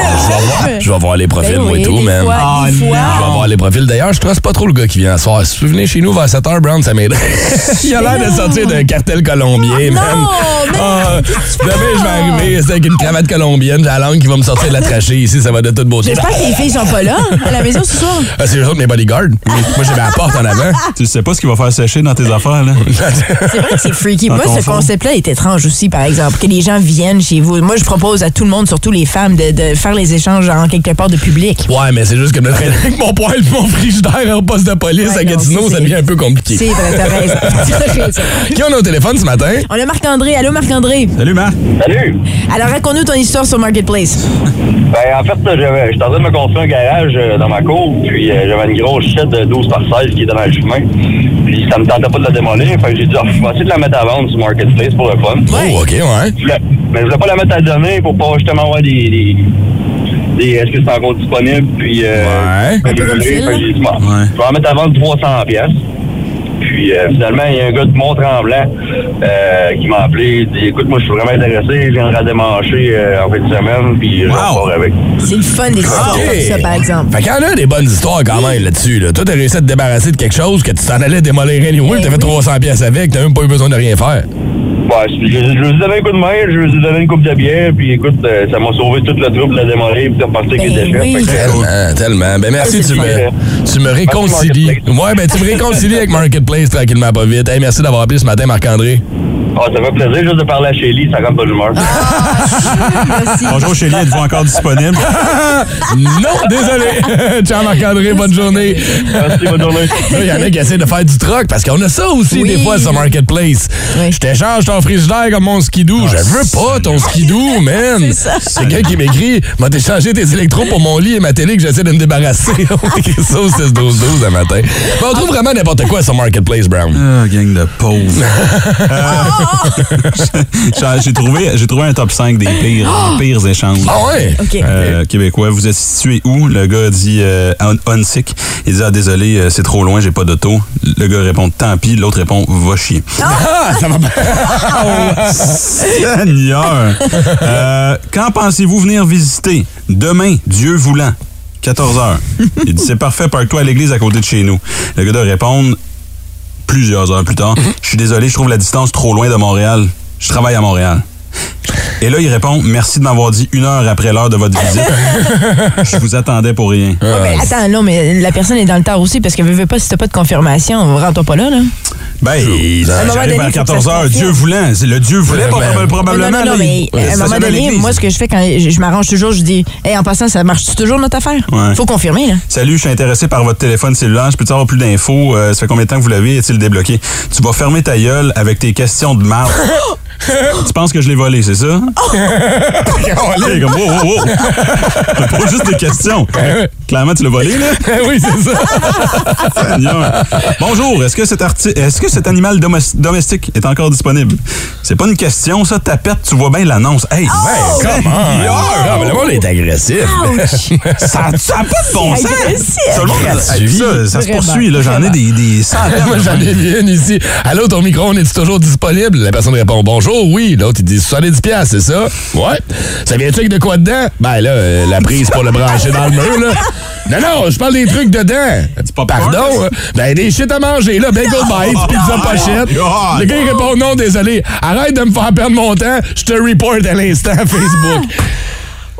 Ah, je vais voir les profils,
Ben
moi et
oui,
tout,
des
man.
fois,
Ah,
des fois.
Je vais voir les profils. D'ailleurs, je trace pas trop le gars qui vient ce soir. Si vous venez chez nous vers 7h, Brown, ça m'aide. *laughs* Il a l'air de sortir d'un cartel colombien,
Non,
man.
mais
Ah,
qu'est-ce que tu fais
demain, je vais
là?
arriver c'est avec une cravate colombienne, j'ai la langue qui va me sortir de la trachée ici, ça va de toute beauté.
J'espère que les filles sont pas là à la maison ce soir.
Ah, c'est les autres, mes bodyguards. Moi, j'avais la porte en avant. *laughs*
Tu sais pas ce qui va faire sécher dans tes
Ben,
affaires, là.
C'est vrai que c'est freaky. Moi,
ton
ce
fond.
concept-là est étrange aussi, par exemple, que les gens viennent chez vous. Moi, je propose à tout le monde, surtout les femmes, de, de faire les échanges en quelque part de public.
Ouais, mais c'est juste que me traîner avec mon poil et mon frigidaire en poste de police
Ouais,
à
non,
Gatineau,
ça,
ça
c'est-
devient un peu compliqué.
C'est vrai, t'as raison. T'as raison.
Qui on a au téléphone ce matin?
On a Marc-André. Allô, Marc-André.
Salut, Marc.
Salut!
Alors, raconte-nous ton histoire sur Marketplace.
Ben, en fait, j'avais- j'étais en train de me construire un garage euh, dans ma cour, puis euh, j'avais une grosse chute de 12 par 16 qui était dans le chemin. Puis ça me tentait pas de la démolir, fait que j'ai dit, Ah, je vais essayer de la mettre à vendre sur Marketplace pour le fun.
Oh, OK, ouais.
Je voulais- Mais ben, je voulais pas la mettre à donner pour pas justement avoir des. des, des- Est-ce que c'est encore disponible? Puis. Euh,
Ouais.
fait que j'ai voulu- fait que j'ai dit, Bon,
Ouais.
Je vais en mettre à vendre 300 pièces. Puis euh, finalement, il y a un gars de Mont-Tremblant euh, qui m'a appelé. Il dit Écoute, moi, je suis vraiment intéressé. Je viens de redémarcher euh, en fin de semaine. Puis je vais
Wow.
voir avec.
C'est le fun des histoires
Ah, OK.
comme Ah, ça, par exemple.
Fait qu'il y en a des bonnes histoires quand même là-dessus. Là. Toi, t'as réussi à te débarrasser de quelque chose que tu t'en allais démolir anyway,
Ben
t'as fait
oui.
300 pièces avec, t'as même pas eu besoin de rien faire.
Ouais, je, je, je lui ai donné un coup de main, je lui ai donné une coupe de bière, puis écoute, euh, ça m'a sauvé tout le trouble de la démarrer, puis de repartir avec les
Ben
déchets.
oui.
Fait que-
Tellement, tellement. Ben merci,
Ouais, c'est
tu me,
vrai.
tu me réconcilies.
Marketplace.
Ouais, ben tu me réconcilies avec Marketplace tranquillement, pas vite. Hey, merci d'avoir appelé ce matin, Marc-André.
Ah, ça fait plaisir juste de parler à Shelly, ça rend pas l'humeur.
Ah. Merci.
Bonjour, Chélie. Êtes-vous encore disponible?
non, désolé. *laughs* Ciao, Marc-André, bonne journée.
Merci, bonne journée.
*laughs*
Là, il y en a qui essaient de faire du troc parce qu'on a ça aussi
Oui.
des fois sur Marketplace.
Oui.
Je t'échange ton frigidaire comme mon skidoo. je veux pas
*laughs*
ton skidoo, man. C'est quelqu'un qui m'écrit m'a échangé tes électros pour mon lit et ma télé que j'essaie de me débarrasser. *laughs* On écrit ça au 6 12 12 le matin. Ben, on trouve vraiment n'importe quoi sur Marketplace, Brown.
*laughs* Ah, gang de pauvres. Euh,
*laughs*
*laughs* j'ai trouvé, j'ai trouvé un top 5 des pires,
Oh!
des pires échanges.
Ah ouais?
OK.
Euh, québécois, vous êtes situé où? Le gars dit euh, on, on sick. Il dit ah désolé, euh, c'est trop loin, j'ai pas d'auto. Le gars répond tant pis, l'autre répond va chier.
Ah, ça va bien.
Seigneur! Euh, quand pensez-vous venir visiter? Demain, Dieu voulant. 14 heures. Il dit, c'est parfait, parque-toi à l'église à côté de chez nous. Le gars doit répondre plusieurs heures plus tard. Je suis désolé, je trouve la distance trop loin de Montréal. Je travaille à Montréal. Et là, il répond, merci de m'avoir dit une heure après l'heure de
*laughs*
votre visite. Je vous attendais pour rien.
Oh, Mais Attends, non, mais la personne est dans le tard aussi parce que veut, veut pas, si t'as pas de confirmation, rentre pas là, là.
Ben,
un
moment
j'arrive
donné, faut
à
que ça se
14 heures.
confirme.
Dieu voulant. C'est Le Dieu voulait,
Ouais, ben,
probable- probablement.
non, non, non,
là,
mais euh,
il-
à un
ça
moment
sonne à
donné,
l'église.
moi, ce que je fais quand je, je m'arrange toujours, je dis, hey, en passant, ça marche toujours notre affaire?
Ouais.
Faut confirmer, hein. là.
Salut, je suis intéressé par votre téléphone cellulaire. Je peux avoir plus d'infos. Euh, ça fait combien de temps que vous l'avez? Est-il débloqué? Tu vas fermer ta gueule avec tes questions
*laughs*
de marde. tu penses que je l'ai volé, c'est ça?
Oh!
*laughs* Allez, comme, wow,
*laughs*
wow, wow. T'as pas juste des questions. Clairement, tu l'as volé, là?
*laughs* oui, c'est ça.
Seigneur. Bonjour, est-ce que cet arti- est-ce que cet animal domes- domestique est encore disponible? C'est pas une question, ça. Tapette, tu vois bien l'annonce. Hey, ben,
Hey, come on. Oh! Ben, Ah, mais le monde est agressif.
*laughs*
ben, Ça n'a pas de bon sens!
agressif.
Tout le monde a-
Gratuit.
ça, ça se
Vraiment.
poursuit, là. J'en ai des, des centaines.
*laughs* Moi, j'en ai bien ici. Allô, ton micro, on est toujours disponible? La personne répond bonjour, oui. L'autre, il dit 70$, piastres, c'est ça? Ouais. Ça vient-tu avec de quoi dedans? Ben là, euh, la prise pour le brancher dans le mur, là. Non, non, je parle des trucs dedans.
pas
Pardon?
peur?
hein? Ben, des shit à manger, là. *laughs* Bagel bites, pizza pochette.
non.
Le gars, il répond non, désolé. Arrête de me faire perdre mon temps. Je te report à *laughs* l'instant Facebook.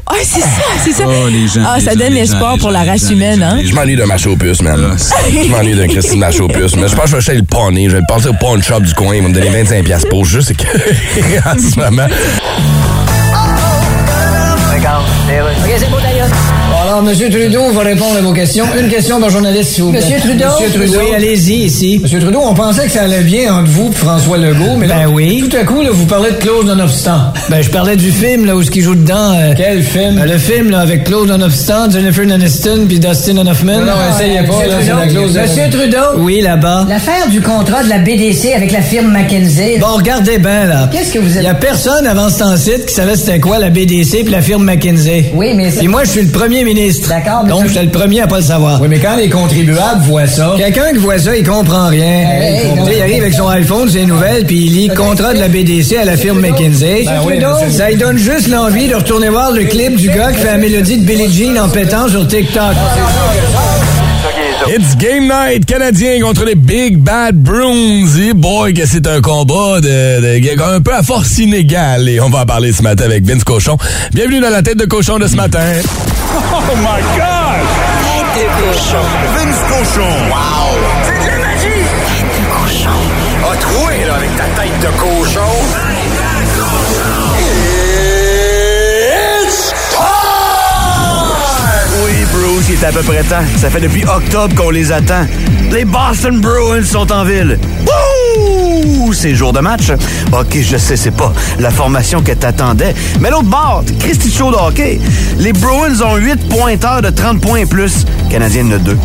Ah, c'est ça, c'est ça.
Oh, les gens,
ah,
les
ça
gens,
donne
les gens,
l'espoir
les
pour
gens,
la
les
race
gens,
humaine,
les gens,
hein?
les
Je m'ennuie d'un macho puce, man.
Ah,
Je m'ennuie d'un Christine macho puce. Mais je pense que je vais acheter le poney. Je vais le passer au pawn shop du coin. Il va me donner 25$ piastres *laughs* pour juste que. en ce moment.
OK, c'est beau, d'ailleurs.
Alors, M. Trudeau va répondre à vos questions. Une question par journaliste, s'il vous plaît.
Monsieur Trudeau?
Monsieur Trudeau.
Oui, allez-y,
ici. Monsieur Trudeau, on pensait que ça allait bien entre vous et François Legault, mais là, Ben oui. tout à coup, là, vous parlez de Claude Nonobstant. Ben, je parlais du film, là, où ce qu'il joue dedans. Quel film? le film, là, avec Claude Nonobstant, Jennifer Aniston puis Dustin Hoffman. Ah, Non, non, essayez pas, là, c'est la clause.
Monsieur Trudeau.
Oui, là-bas.
L'affaire du contrat de la BDC avec la firme McKenzie.
Bon, regardez bien, là.
Qu'est-ce que vous
Il
êtes?
y a personne avant ce temps-ci qui savait c'était quoi la BDC puis la firme McKinsey.
Oui,
*laughs*
mais
Puis moi, je suis le premier ministre. D'accord. Donc, j'étais le premier à pas le savoir. Oui, mais quand les contribuables voient ça... Eh, Quelqu'un qui voit ça, il comprend rien.
hey,
Tu sais,
non.
il arrive avec son iPhone, ses nouvelles, puis il lit « Contrat de la BDC à la firme McKinsey
Ben oui, monsieur-
Ça lui donne juste l'envie de retourner voir le clip du gars qui fait la mélodie de Billie Jean en pétant sur TikTok.
It's game night canadien contre les Big Bad Bruins. Et boy, que c'est un combat de, de- un peu à force inégale. Et on va en parler ce matin avec Vince Cochon. Bienvenue dans la tête de cochon de ce matin.
Oh my God! Tête de cochon. Vince cochon. Wow! C'est de la magie! Tête de cochon. A troué, là, avec ta tête de cochon. It's
Oui, Bruce, il est à peu près temps. Ça fait depuis octobre qu'on les attend. Les Boston Bruins sont en ville. Wouh! C'est jour de match. OK, je sais, c'est pas la formation que t'attendais. Mais l'autre bord, Christy de Show de hockey. Les Bruins ont 8 pointeurs de 30 points et plus. Canadienne de 2.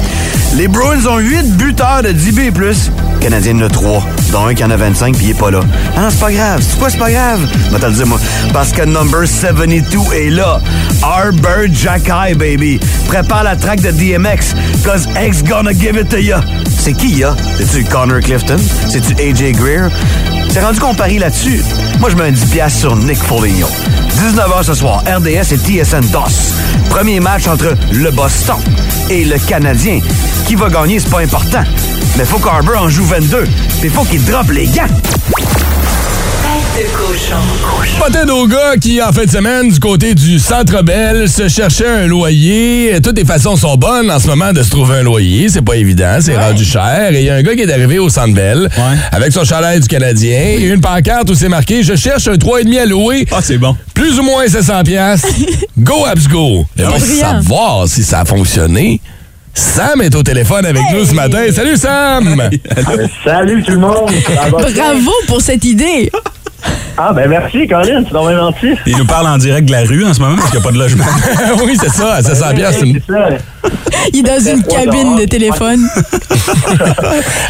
Les Bruins ont 8 buteurs de 10 buts et plus. Canadienne de 3. Dont un qui en a 25 puis il est pas là. Ah non, c'est pas grave. C'est quoi, c'est pas grave? Va te le dire, moi. Parce que number 72 est là. Arbor Jacky, baby. Prépare la track de DMX. Cause X gonna give it to ya. C'est qui, ya? C'est-tu Connor Clifton? C'est-tu AJ Greer? C'est rendu qu'on parie là-dessus. Moi, je mets un 10 piastres sur Nick Foligno. 19h ce soir, RDS et TSN DOS. Premier match entre le Boston et le Canadien. Qui va gagner, c'est pas important. Mais faut qu'Arbor en joue 22. Puis faut qu'il drop les gants.
Tête de cochon.
Peut-être au gars qui, en fin de semaine, du côté du Centre Bell, se cherchait un loyer. Toutes les façons sont bonnes en ce moment de se trouver un loyer. C'est pas évident, c'est rendu cher. Et il y a un gars qui est arrivé au Centre Bell avec son chalet du Canadien et une pancarte où c'est marqué « Je cherche un 3,5 à louer. » Ah, c'est bon. Plus ou moins 700
*laughs*
piastres. go, Abs, go. Et pour
brillant.
savoir si ça a fonctionné, Sam est au téléphone avec nous ce matin. Salut, Sam!
Salut tout le *laughs* monde!
Bravo pour cette idée.
Ah, ben merci, Colin, c'est dommage gentil.
Il nous parle en direct de la rue en ce moment parce qu'il n'y a pas de logement.
*laughs* oui, c'est ça,
ça sent bien.
Il est dans une cabine de téléphone.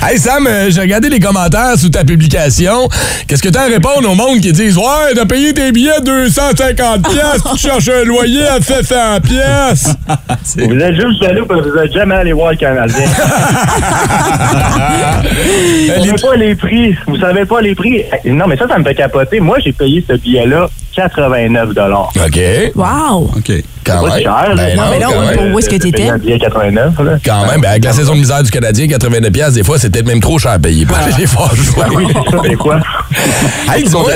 Hey Sam, euh, j'ai regardé les commentaires sous ta publication. Qu'est-ce que t'as à répondre au monde qui disent Ouais, t'as payé tes billets 250 pièces, tu cherches un loyer à 700 pièces.
Vous êtes juste jaloux parce que vous n'êtes jamais allé voir le
*laughs*
Canadien. vous savez pas les prix. Vous savez pas les prix. Eh, Non, mais ça, ça me fait capoter. Moi, j'ai payé ce billet-là 89
OK.
Wow!
OK.
Quand
C'est pas
même.
cher, là.
Ben non,
Mais non,
quand même.
pour où est-ce que t'étais? Un billet 89,
*laughs*
là.
Quand même, ben, avec la saison de misère du Canadien, 89 pièces, des fois, c'est peut-être même trop cher à payer. Pas les forts joueurs.
Ah. Oui, c'est ça, des fois.
*laughs* Hey, dis-moi,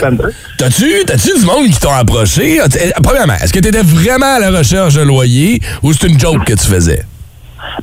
t'as-tu, t'as-tu du monde qui t'ont approché? As-tu- eh, Premièrement, est-ce que t'étais vraiment à la recherche d'un loyer ou c'est une joke que tu faisais?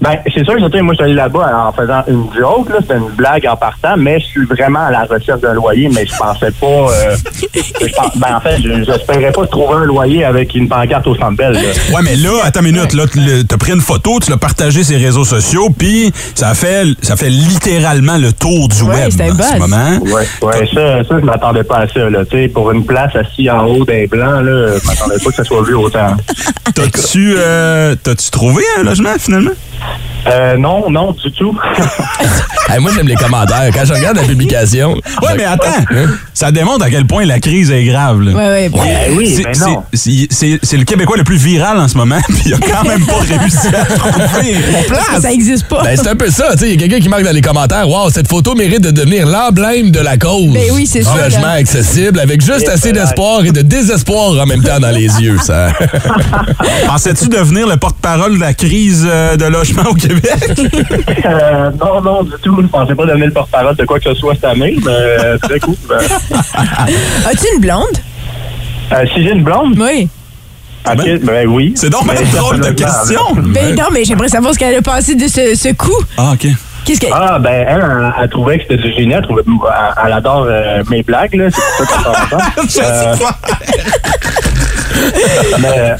Ben, c'est sûr que tu sais, moi, je suis allé là-bas en faisant une joke, là, c'était une blague en partant, mais je suis vraiment à la recherche d'un loyer, mais je pensais pas. euh, je pense- ben, en fait, je- j'espérais pas trouver un loyer avec une pancarte au centre Bell. là.
Ouais, mais là, à ta minute, là, tu l'as- t'as pris une photo, tu l'as partagée sur les réseaux sociaux, puis ça fait, ça fait littéralement le tour du web en ce moment.
Ouais, ouais, ça, ça, je m'attendais pas à ça, là. Tu sais, pour une place assise en haut d'un blanc, là, je m'attendais pas que ça soit vu autant.
T'as-tu, euh, t'as-tu trouvé un logement finalement?
Euh, non, non, du tout. *laughs*
Hey, moi, j'aime les commentaires. Quand je regarde la publication. ben,
Ouais, mais attends, ça démontre à quel point la crise est grave. là.
Ouais, ouais.
Ben oui,
C'est-
ben non.
c'est- c'est- C'est c'est le Québécois le plus viral en ce moment, *laughs* puis il a quand même pas réussi à trouver une place.
existe pas.
Ben, c'est un peu ça. tu sais, Il y a quelqu'un qui marque dans les commentaires Waouh, cette photo mérite de devenir l'emblème de la cause.
Ben oui, c'est
Un
ça,
logement
là.
accessible avec juste
Et
assez
voilà.
d'espoir et de désespoir en même temps dans les yeux. Ça.
Pensais-tu devenir le porte-parole de la crise euh, de logement au Québec?
Euh, non, non, du tout. Je pensais pas devenir le porte-parole de quoi que ce soit cette année, mais euh, très cool. Ben,
As-tu une blonde?
euh, si j'ai une blonde?
Oui.
Ok, ben oui.
C'est donc
Mais
une drôle de
certainement,
question.
là.
Ben non, mais j'aimerais savoir ce qu'elle a pensé de ce, ce coup.
Ah, OK.
Qu'est-ce que.
Ah, ben, elle, elle, elle trouvait que c'était du génie. Elle, trouvait-
*laughs*
elle- elle adore euh, mes blagues, là. C'est pour ça qu'on s'en entend. Euh, Mais euh,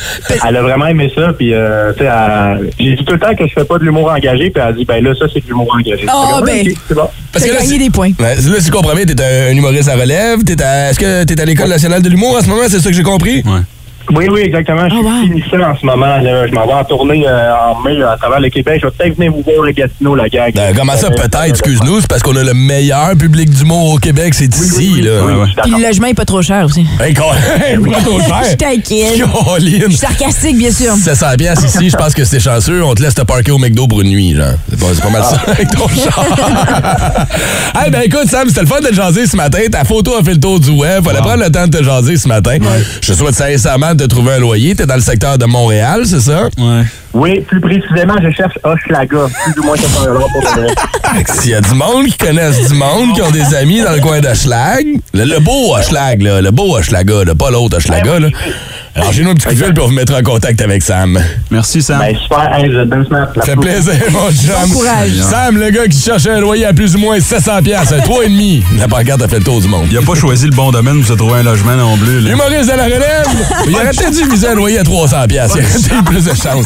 elle a vraiment aimé ça. Puis, euh, tu sais, elle- j'ai dit tout le temps que je fais pas de l'humour engagé. Puis elle a dit, ben là, ça, c'est de l'humour engagé.
Ah,
Fait que,
ben.
ok, c'est bon.
Parce que là, c'est-
des points.
Ouais, là, Ben, si je comprends bien, t'es un, un humoriste à relève. T'es à- Est-ce que t'es à l'École nationale de l'humour en ce moment? C'est ça que j'ai compris?
Oui, oui, exactement. Je
Ah,
suis finissant en ce moment. là. Je m'en vais en tournée euh, en mai là, à travers le Québec. Je vais peut-être venir vous voir le Gatineau, la gang.
Ben, Comment ça,
Euh,
peut-être? Excuse-nous, c'est parce qu'on a le meilleur public d'humour au Québec. C'est ici, là.
Puis le logement est pas trop cher aussi.
Hey, con- *laughs* pas trop cher.
*laughs* Je t'inquiète.
Caroline.
Je suis sarcastique, bien sûr.
700 pièces ici, je pense que c'est chanceux. On te laisse te parker au McDo pour une nuit, genre. C'est pas, c'est pas mal ça avec ton char. hey, ben écoute, Sam, c'était le fun de te jaser ce matin. Ta photo a fait le tour du web. Fallait prendre le temps de te jaser ce matin. Je te souhaite sincèrement de te trouver un loyer. T'es dans le secteur de Montréal, c'est ça? Ouais.
Oui, plus précisément, je cherche Hochelaga. Plus ou moins 400 pour
*laughs*
le vrai.
S'il y a du monde qui connaissent du monde, qui ont des amis dans le coin d'Hochelag, le, le beau Hochelag, là, le beau Hochelaga, là, pas l'autre Hochelaga, là. Alors, j'ai nous un petit coup de fil, puis on vous mettra en contact avec Sam.
Merci, Sam.
Ben, super. Hey, je donne ça
Ça fait plaisir, mon chum. Sam, le gars qui cherchait un loyer à plus ou moins 700 pièces, un 3,5. La pancarte a fait le tour du monde.
Il a pas choisi le bon domaine pour se trouver un logement non plus. là.
Humoriste de la relève, il aurait peut-être dû viser un loyer à 300 pièces. Il aurait eu plus de chance.